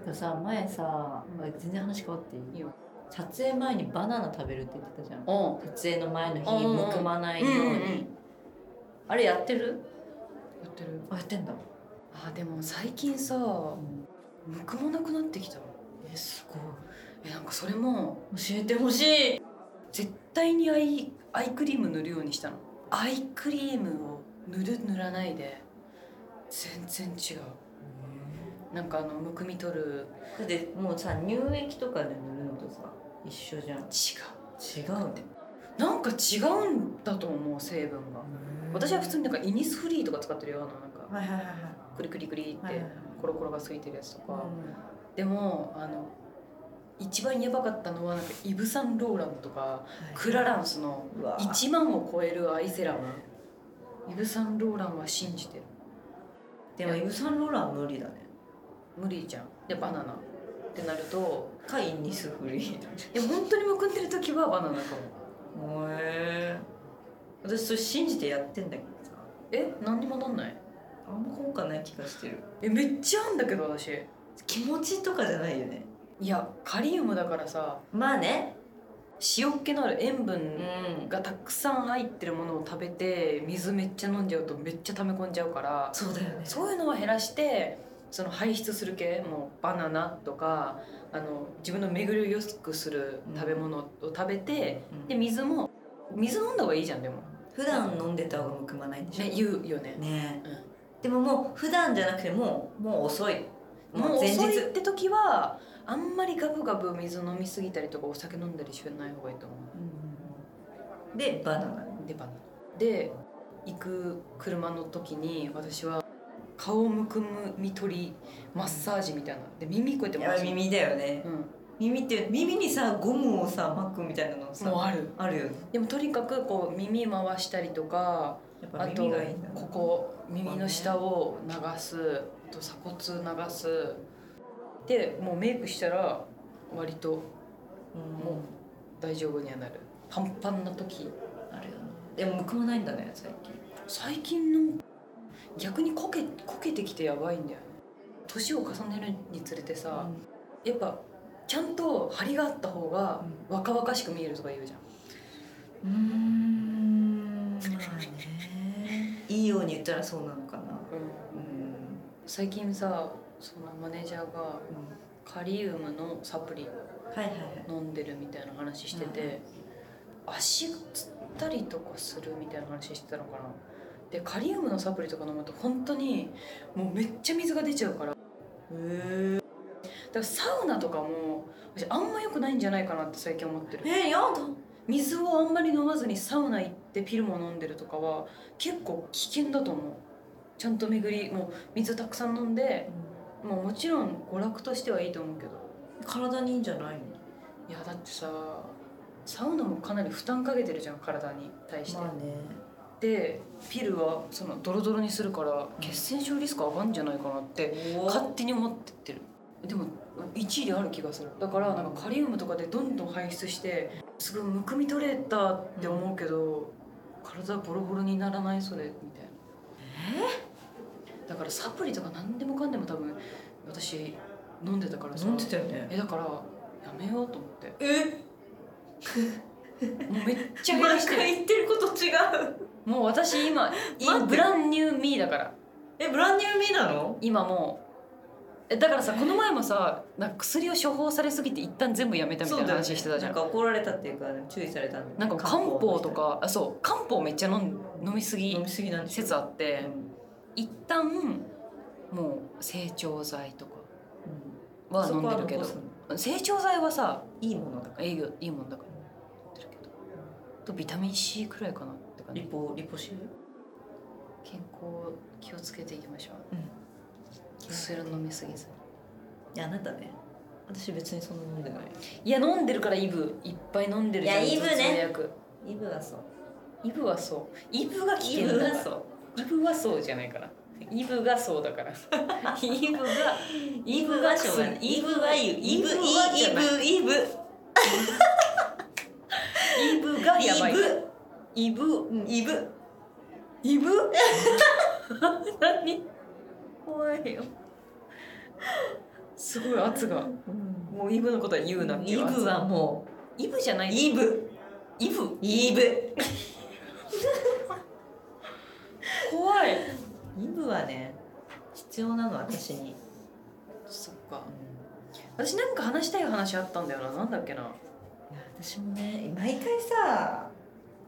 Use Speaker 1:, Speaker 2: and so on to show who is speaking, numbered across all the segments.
Speaker 1: でもさ前さ全然話変わっていい
Speaker 2: いいよ
Speaker 1: 撮影前にバナナ食べるって言ってたじゃん
Speaker 2: おう
Speaker 1: 撮影の前の
Speaker 2: うん
Speaker 1: 日
Speaker 2: うん
Speaker 1: むくまないように、
Speaker 2: うんうんうん
Speaker 1: あれやってる
Speaker 2: やってる
Speaker 1: あやってんだ、
Speaker 2: あでも最近さむくもなくなってきた
Speaker 1: えすご
Speaker 2: えなんかそれも
Speaker 1: い教えてほしい
Speaker 2: 絶対にアイアイクリーム塗るようにしたのアイクリームを塗る塗らないで全然違うなんかあのむくみ取る
Speaker 1: だってもうさ乳液とかで塗るのとさ一緒じゃん違
Speaker 2: 違
Speaker 1: うの
Speaker 2: うなんか違うんだと思う成分が私は普通になんかイニスフリーとか使ってるよあのなんか
Speaker 1: はいはいはい
Speaker 2: クリクリクリっ
Speaker 1: はいはい
Speaker 2: て
Speaker 1: はい
Speaker 2: コロコロがついてるやつとか、
Speaker 1: う
Speaker 2: でもあの一番やばかったのはなんかイブ・サンローランとかクラランスの
Speaker 1: んはい、
Speaker 2: 1万を超えるアイセラムイブ・サンローランは信じてる
Speaker 1: でもイブ・サンローランは無理だね
Speaker 2: 無理じゃんでバナナってなると
Speaker 1: かイニスフリー
Speaker 2: いや本当にむくんでる時はバナナかも
Speaker 1: へえ私それ信じてやってんだけどさ
Speaker 2: え何にもなんない
Speaker 1: あんま効果ない気がしてる
Speaker 2: えめっちゃあんだけど私
Speaker 1: 気持ちとかじゃないよね
Speaker 2: いやカリウムだからさ
Speaker 1: まあね
Speaker 2: 塩っ気のある塩分
Speaker 1: ん
Speaker 2: がたくさん入ってるものを食べて水めっちゃ飲んじゃうとめっちゃ溜め込んじゃうから
Speaker 1: そうだよね
Speaker 2: そういうのは減らしてその排出する系もうバナナとかあの自分の巡りを良くする食べ物を食べて、
Speaker 1: うん
Speaker 2: で水も水飲んだ方がいいじゃんでも、
Speaker 1: 普段飲んでた方がむくまないんでしょ
Speaker 2: ね、言うよね
Speaker 1: ね
Speaker 2: うん
Speaker 1: でももう普段じゃなくてもうもう遅い
Speaker 2: もう
Speaker 1: 前日
Speaker 2: 遅いって時はあんまりガブガブ水飲みすぎたりとかお酒飲んだりしない方がいいと思
Speaker 1: うんでバナナ
Speaker 2: うでバナナで行く車の時に私は顔むくみ取りマッサージみたいなで耳こうやって
Speaker 1: や
Speaker 2: 回
Speaker 1: ば
Speaker 2: す
Speaker 1: い耳だよね
Speaker 2: う
Speaker 1: 耳って耳にさゴムをさ巻くみたいなの
Speaker 2: ん、もう
Speaker 1: さ
Speaker 2: ある
Speaker 1: あるよね
Speaker 2: でもとにかくこう耳回したりとか
Speaker 1: やっぱ
Speaker 2: あと
Speaker 1: 耳がいいんだな
Speaker 2: ここ耳の下を流すあと鎖骨流すでもうメイクしたら割と
Speaker 1: うん
Speaker 2: もう大丈夫にはなるパンパンな時
Speaker 1: あるよねでもむくまないんだね最近
Speaker 2: 最近の逆にこけこけてきてやばいんだよね年を重ねるにつれてさ、やっぱちゃんと張りがあった方が若々しく見えるとか言うじゃん
Speaker 1: うーんまあねいいように言ったらそうなのかなうん
Speaker 2: 最近さそのマネージャーが
Speaker 1: うん
Speaker 2: カリウムのサプリ
Speaker 1: はいはいはい
Speaker 2: 飲んでるみたいな話してて、足つったりとかするみたいな話してたのかなでカリウムのサプリとか飲むと本当にもうめっちゃ水が出ちゃうからへえだからサウナとかも私あんま良くないんじゃないかなって最近思ってる
Speaker 1: えやだ
Speaker 2: 水をあんまり飲まずにサウナ行ってピルも飲んでるとかは結構危険だと思うちゃんと巡りもう水たくさん飲んでもうもちろん娯楽としてはいいと思うけど
Speaker 1: 体にいいんじゃないの
Speaker 2: いやだってさサウナもかなり負担かけてるじゃん体に対して、
Speaker 1: まあね
Speaker 2: でピルはそのドロドロにするから血栓症リスク上がるんじゃないかなって勝手に思ってってるでも一理ある気がするだからなんかカリウムとかでどんどん排出してすごいむくみ取れたって思うけど、体ボロボロにならないそれみたいなえだからサプリとか何でもかんでも多分私飲んでたからさ
Speaker 1: 飲んでたよね
Speaker 2: えだからやめようと思って
Speaker 1: え
Speaker 2: もうめっちゃ減ら
Speaker 1: 毎
Speaker 2: してる
Speaker 1: 回言ってること違う
Speaker 2: もう私今
Speaker 1: 待って
Speaker 2: ブランニューミーだから
Speaker 1: えブランニューミーなの
Speaker 2: 今もうえだからさこの前もさなんか薬を処方されすぎて一旦全部やめたみたいな話してたじゃん
Speaker 1: なんか怒られたっていうか注意されたんだよね
Speaker 2: なんか漢方とかあそう漢方めっちゃ飲ん飲みすぎ
Speaker 1: 飲みすぎなんでしょ
Speaker 2: 説あっ
Speaker 1: う
Speaker 2: て
Speaker 1: ん
Speaker 2: 一旦もう成長剤とかは飲んでるけ
Speaker 1: そこは残す
Speaker 2: ど成長剤はさ
Speaker 1: のいいものだか
Speaker 2: いいよいいもんだから飲んでるけどあとビタミン C くらいかなって
Speaker 1: ら
Speaker 2: 感
Speaker 1: リ
Speaker 2: じ
Speaker 1: ポリポシル
Speaker 2: 健康気をつけていきましょう、
Speaker 1: うん
Speaker 2: 薬を飲みすぎずに
Speaker 1: いやあなたね私別にそんな飲んでない
Speaker 2: いや飲んでるからイブいっぱい飲んでるじゃん
Speaker 1: いやイブね
Speaker 2: 頭痛薬
Speaker 1: イブはそう
Speaker 2: イブはそうイブが危険だから
Speaker 1: う
Speaker 2: イブはそうじゃないからイブがそう だからイブが
Speaker 1: イブはしょうがないイブはイブイブイブイブ
Speaker 2: イブがやばい
Speaker 1: イブイブイブ
Speaker 2: イブ何怖いよすごい圧が
Speaker 1: うん
Speaker 2: もうイブのことは言うなってい
Speaker 1: イ
Speaker 2: う圧
Speaker 1: ブはも
Speaker 2: イブじゃな
Speaker 1: う
Speaker 2: い
Speaker 1: イブ
Speaker 2: イブ
Speaker 1: イブ
Speaker 2: 怖い
Speaker 1: イブはね必要なの私に、
Speaker 2: そっか
Speaker 1: うん
Speaker 2: 私なんか話したい話あったんだよななんだっけない
Speaker 1: や私もね毎回さ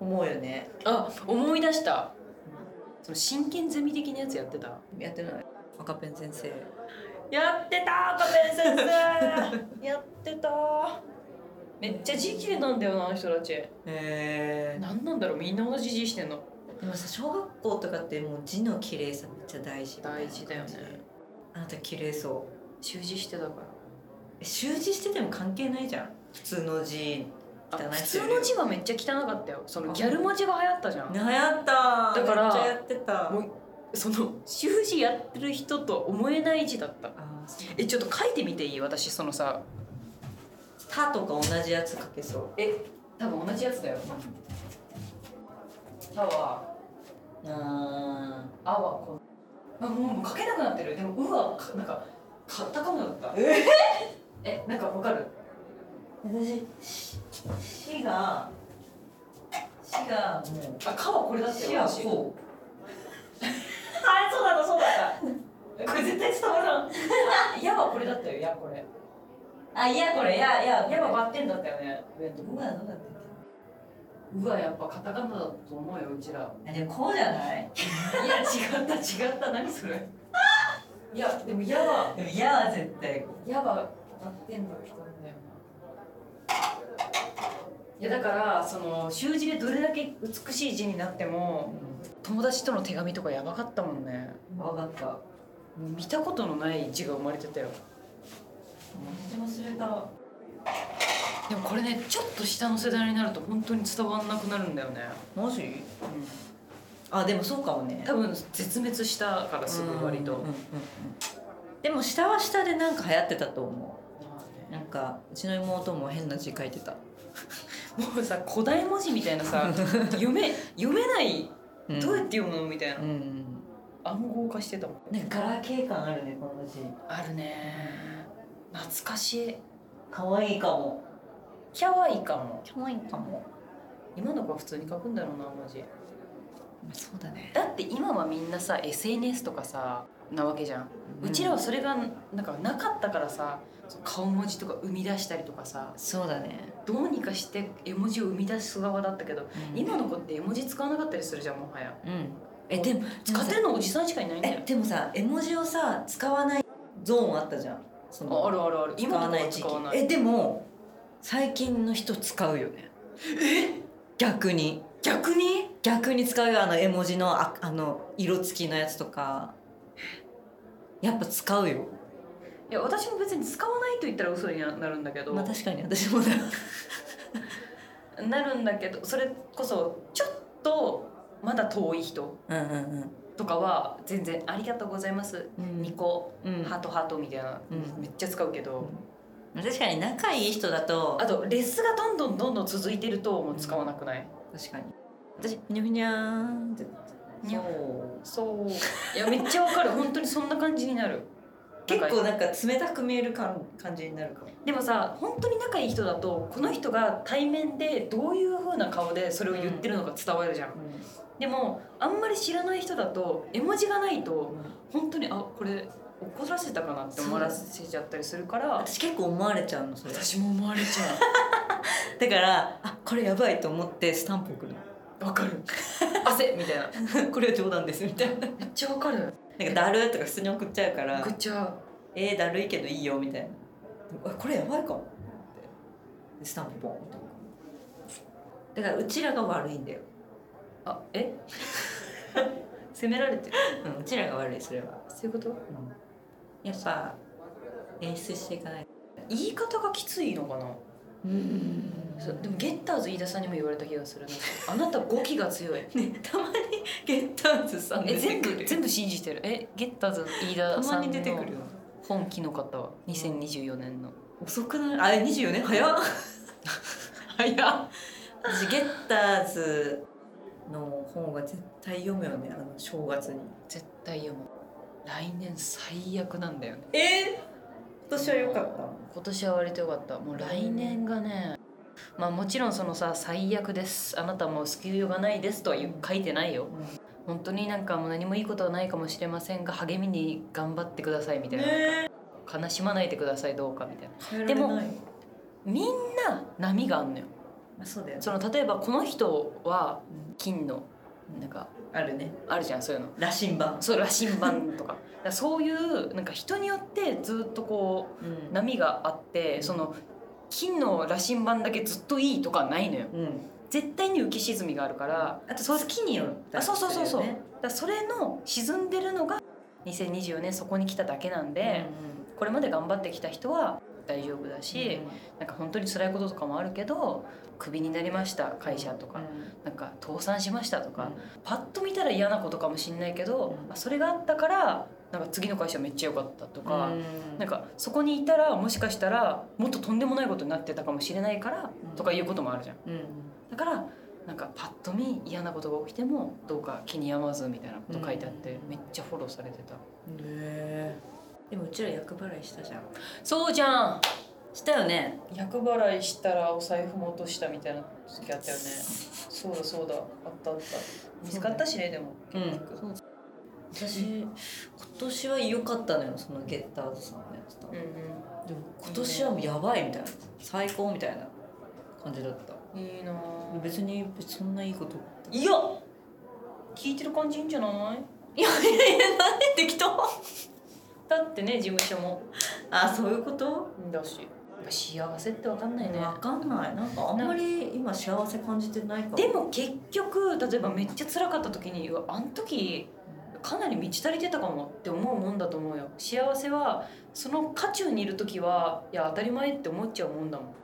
Speaker 1: 思うよね
Speaker 2: あ思い出したその真剣ゼミ的なやつやってた
Speaker 1: やってない赤ペン先生
Speaker 2: やってた赤ペン先 生やってためっちゃ字切れなんだよなあの人たち
Speaker 1: え
Speaker 2: 何なんだろうみんな同じ字してんの
Speaker 1: でもさ小学校とかってもう字の綺麗さめっちゃ大事みたいな感じで
Speaker 2: 大事だよね
Speaker 1: あなた綺麗そう
Speaker 2: 習字してたから
Speaker 1: え習字してても関係ないじゃん普通の字
Speaker 2: あ
Speaker 1: 汚い
Speaker 2: 普
Speaker 1: 人い
Speaker 2: 通
Speaker 1: るよ
Speaker 2: の字はめっちゃ汚かったよそのギャル文字が流行ったじゃん
Speaker 1: 流行った
Speaker 2: だから
Speaker 1: めっちゃやってた
Speaker 2: もうその習字やってる人とは思えない字だった
Speaker 1: あーそう
Speaker 2: えちょっと書いてみていい私そのさ
Speaker 1: 他とか同じやつ書けそ
Speaker 2: え多分同じやつだよ「た」は
Speaker 1: うあ
Speaker 2: 「あ」はこあもうもう書けなくなってるでも「う」はかなんか買ったかもだった
Speaker 1: え
Speaker 2: えなんかわかる
Speaker 1: 私死が死がも
Speaker 2: あ「か」はこれだ
Speaker 1: う
Speaker 2: った
Speaker 1: 死
Speaker 2: よ
Speaker 1: は
Speaker 2: 私
Speaker 1: こう
Speaker 2: はいそうだったそうだ ったこれ絶対伝わらん「 や」はこれだったよ「や」これ
Speaker 1: あいやこれいやい
Speaker 2: 「
Speaker 1: や
Speaker 2: や」は
Speaker 1: ば
Speaker 2: バッテンだったよね上のと
Speaker 1: 僕
Speaker 2: こ
Speaker 1: はどうだったっ
Speaker 2: うわやっぱカタカナだと思うようちら
Speaker 1: けあでもこうじゃない
Speaker 2: いや違った違った何それ いやでもやは
Speaker 1: でもいやは絶対こ
Speaker 2: やはなってんの人なんだよないやだからその習字でどれだけ美しい字になっても
Speaker 1: う
Speaker 2: 友達との手紙とかやばかったもんね
Speaker 1: 分かった
Speaker 2: もう見たことのない字が生まれてたよ
Speaker 1: 私もそれだ
Speaker 2: でもこれねちょっと下の世代になると本当に伝わんなくなるんだよね、
Speaker 1: マジあでもそうかもね
Speaker 2: 多分絶滅したからすぐ割と、
Speaker 1: うんうんうんうんでも下は下でなんか流行ってたと思
Speaker 2: まあね
Speaker 1: うなんかうちの妹も変な字書いてた
Speaker 2: もうさ古代文字みたいな さ読め読めない
Speaker 1: うん
Speaker 2: どうやって読むのみたいな
Speaker 1: うん
Speaker 2: 暗号化してたもん
Speaker 1: なんかガラケー感あるねこの字
Speaker 2: あるね懐かしい
Speaker 1: 可愛いかも
Speaker 2: キャワイかも
Speaker 1: 可愛いかも
Speaker 2: 今の子は普通に書くんだろうな文字
Speaker 1: まあそうだね
Speaker 2: だって今はみんなさ SNS とかさなわけじゃん、うちらはそれがなんかなかったからさ顔文字とか生み出したりとかさ
Speaker 1: そうだね
Speaker 2: どうにかして絵文字を生み出す側だったけど今の子って絵文字使わなかったりするじゃんもはや
Speaker 1: うんえでも
Speaker 2: 使ってるのおじさんしかいないんだよ
Speaker 1: えでもさ絵文字をさ使わないゾーンあったじゃんそ
Speaker 2: あ
Speaker 1: の
Speaker 2: あるあるある
Speaker 1: 使
Speaker 2: 今
Speaker 1: わ
Speaker 2: の
Speaker 1: な
Speaker 2: 子はい
Speaker 1: 時期
Speaker 2: 使わない
Speaker 1: えでも最近の人使うよねえ逆に
Speaker 2: 逆に
Speaker 1: 逆に使うよあの絵文字のああの色付きのやつとかやっぱ使うよ
Speaker 2: いや私も別に使わないと言ったら嘘になるんだけど、
Speaker 1: まあ確かに私もだ
Speaker 2: なるんだけどそれこそちょっとまだ遠い人
Speaker 1: うんうん
Speaker 2: とかは全然「ありがとうございます」
Speaker 1: うん
Speaker 2: ニコ
Speaker 1: うん
Speaker 2: ハートハートみたいな、
Speaker 1: うん
Speaker 2: めっちゃ使うけど、
Speaker 1: 確かに仲いい人だと
Speaker 2: あとレスがどんどんどんどん続いてるともう使わなくない、
Speaker 1: 確かに私ふにゃふにゃーんって
Speaker 2: にゃ
Speaker 1: そう
Speaker 2: そういやめっちゃわかる本当にそんな感じになる
Speaker 1: 結
Speaker 2: なん
Speaker 1: 構
Speaker 2: か
Speaker 1: なんか冷たく見える感感じになるかも
Speaker 2: でもさ本当に仲いい人だとこの人が対面でどういう風な顔でそれを言ってるのか伝わるじゃん、でもあんまり知らない人だと絵文字がないと本当にあこれ怒らせたかなって思わせちゃったりするから
Speaker 1: 私結構思われちゃうのそれ
Speaker 2: 私も思われちゃ
Speaker 1: だからあこれやばいと思ってスタンプ送る
Speaker 2: うわかる汗みたいな
Speaker 1: の これは冗談ですみたいな
Speaker 2: めっちゃわかる
Speaker 1: なんかだるーとか普通に送っちゃうから
Speaker 2: ぐっちゃ
Speaker 1: えー、だるいけどいいよみたいなあこれやばいかもってでスタンプポンとだからうちらが悪いんだよ、
Speaker 2: あ え責められてる
Speaker 1: うん、うちらが悪いそれは、
Speaker 2: そういうこと
Speaker 1: うん、やっぱ演出していかない
Speaker 2: 言い方がきついのかな
Speaker 1: うん
Speaker 2: そうでもゲッターズ飯田さんにも言われた気がするなあなた語気が強い
Speaker 1: ねたまにゲッターズさん
Speaker 2: え
Speaker 1: 出て
Speaker 2: 全
Speaker 1: く
Speaker 2: 部
Speaker 1: る
Speaker 2: 全部信じてるえゲッターズ飯田
Speaker 1: た
Speaker 2: さ
Speaker 1: ま
Speaker 2: ん
Speaker 1: に出てく
Speaker 2: の
Speaker 1: るよ
Speaker 2: 本気の方は2024年の
Speaker 1: 遅くないあ24年早っ
Speaker 2: 早っ
Speaker 1: 私ゲッターズの本は絶対読むよねあの正月に
Speaker 2: 絶対読む来年最悪なんだよね
Speaker 1: え年は良かった
Speaker 2: 今年は割と良かったもう来年がねまあもちろんそのさ最悪ですあなたもう救いようがないですとは言う書いてないよ本当になんかもう何もいいことはないかもしれませんが励みに頑張ってくださいみたいな、
Speaker 1: ね
Speaker 2: 悲しまないでくださいどうかみたい
Speaker 1: え
Speaker 2: なでも
Speaker 1: 変えられない
Speaker 2: みんな波があんのよ
Speaker 1: まあそうだよね
Speaker 2: その例えばこの人は
Speaker 1: うん
Speaker 2: 金のなんか
Speaker 1: あるね
Speaker 2: あるじゃんそういうの
Speaker 1: 羅針盤
Speaker 2: そう羅針盤とかだからそういうなんか人によってずっとこう
Speaker 1: うん
Speaker 2: 波があってその金の羅針盤だけずっといいとかないのよ
Speaker 1: うん
Speaker 2: 絶対に浮き沈みがあるから
Speaker 1: あと好きによった
Speaker 2: あ
Speaker 1: り
Speaker 2: そうそうそうそう
Speaker 1: する
Speaker 2: だか
Speaker 1: よね
Speaker 2: らそれの沈んでるのが2024年そこに来ただけなんで、
Speaker 1: う
Speaker 2: これまで頑張ってきた人は大丈夫だ
Speaker 1: んうん
Speaker 2: し、なんか本当に辛いこととかもあるけどクビになりました会社と
Speaker 1: う
Speaker 2: か、
Speaker 1: ん
Speaker 2: なんか倒産しましたとか、パッと見たら嫌なことかもしれないけど、
Speaker 1: うん
Speaker 2: あそれがあったからなんか次の会社めっちゃ良かったとか、
Speaker 1: うん
Speaker 2: なんかそこにいたらもしかしたらもっととんでもないことになってたかもしれないから、
Speaker 1: うん
Speaker 2: とかいうこともあるじゃん
Speaker 1: うん
Speaker 2: だからなんかパッと見嫌なことが起きてもどうか気に病まずみたいなこと書いてあって、
Speaker 1: うん
Speaker 2: めっちゃフォローされてた
Speaker 1: ねえでもうちら厄払いしたじゃん
Speaker 2: そうじゃん
Speaker 1: したよね
Speaker 2: 厄払いしたらお財布も落としたみたいな時あったよねそうだそうだあったあった
Speaker 1: 見つかった
Speaker 2: しねでも
Speaker 1: うん私今年は良かったのよそのゲッターズさんのやつと、
Speaker 2: うんうん
Speaker 1: でも今年はもうやばいみたいな最高みたいな感じだった
Speaker 2: いいなぁ
Speaker 1: 別に別にそんないいこと
Speaker 2: いや聞いてる感じいいんじゃない
Speaker 1: いやいやいやなんで適当
Speaker 2: だってね事務所も
Speaker 1: あそういうこと
Speaker 2: だし幸せって分かんないね
Speaker 1: 分かんないなんかあんまり今幸せ感じてないかも
Speaker 2: でも結局例えばめっちゃ辛かった時にうわあの時かなり満ち足りてたかもって思うもんだと思うよ幸せはその渦中にいる時はいや当たり前って思っちゃうもんだもん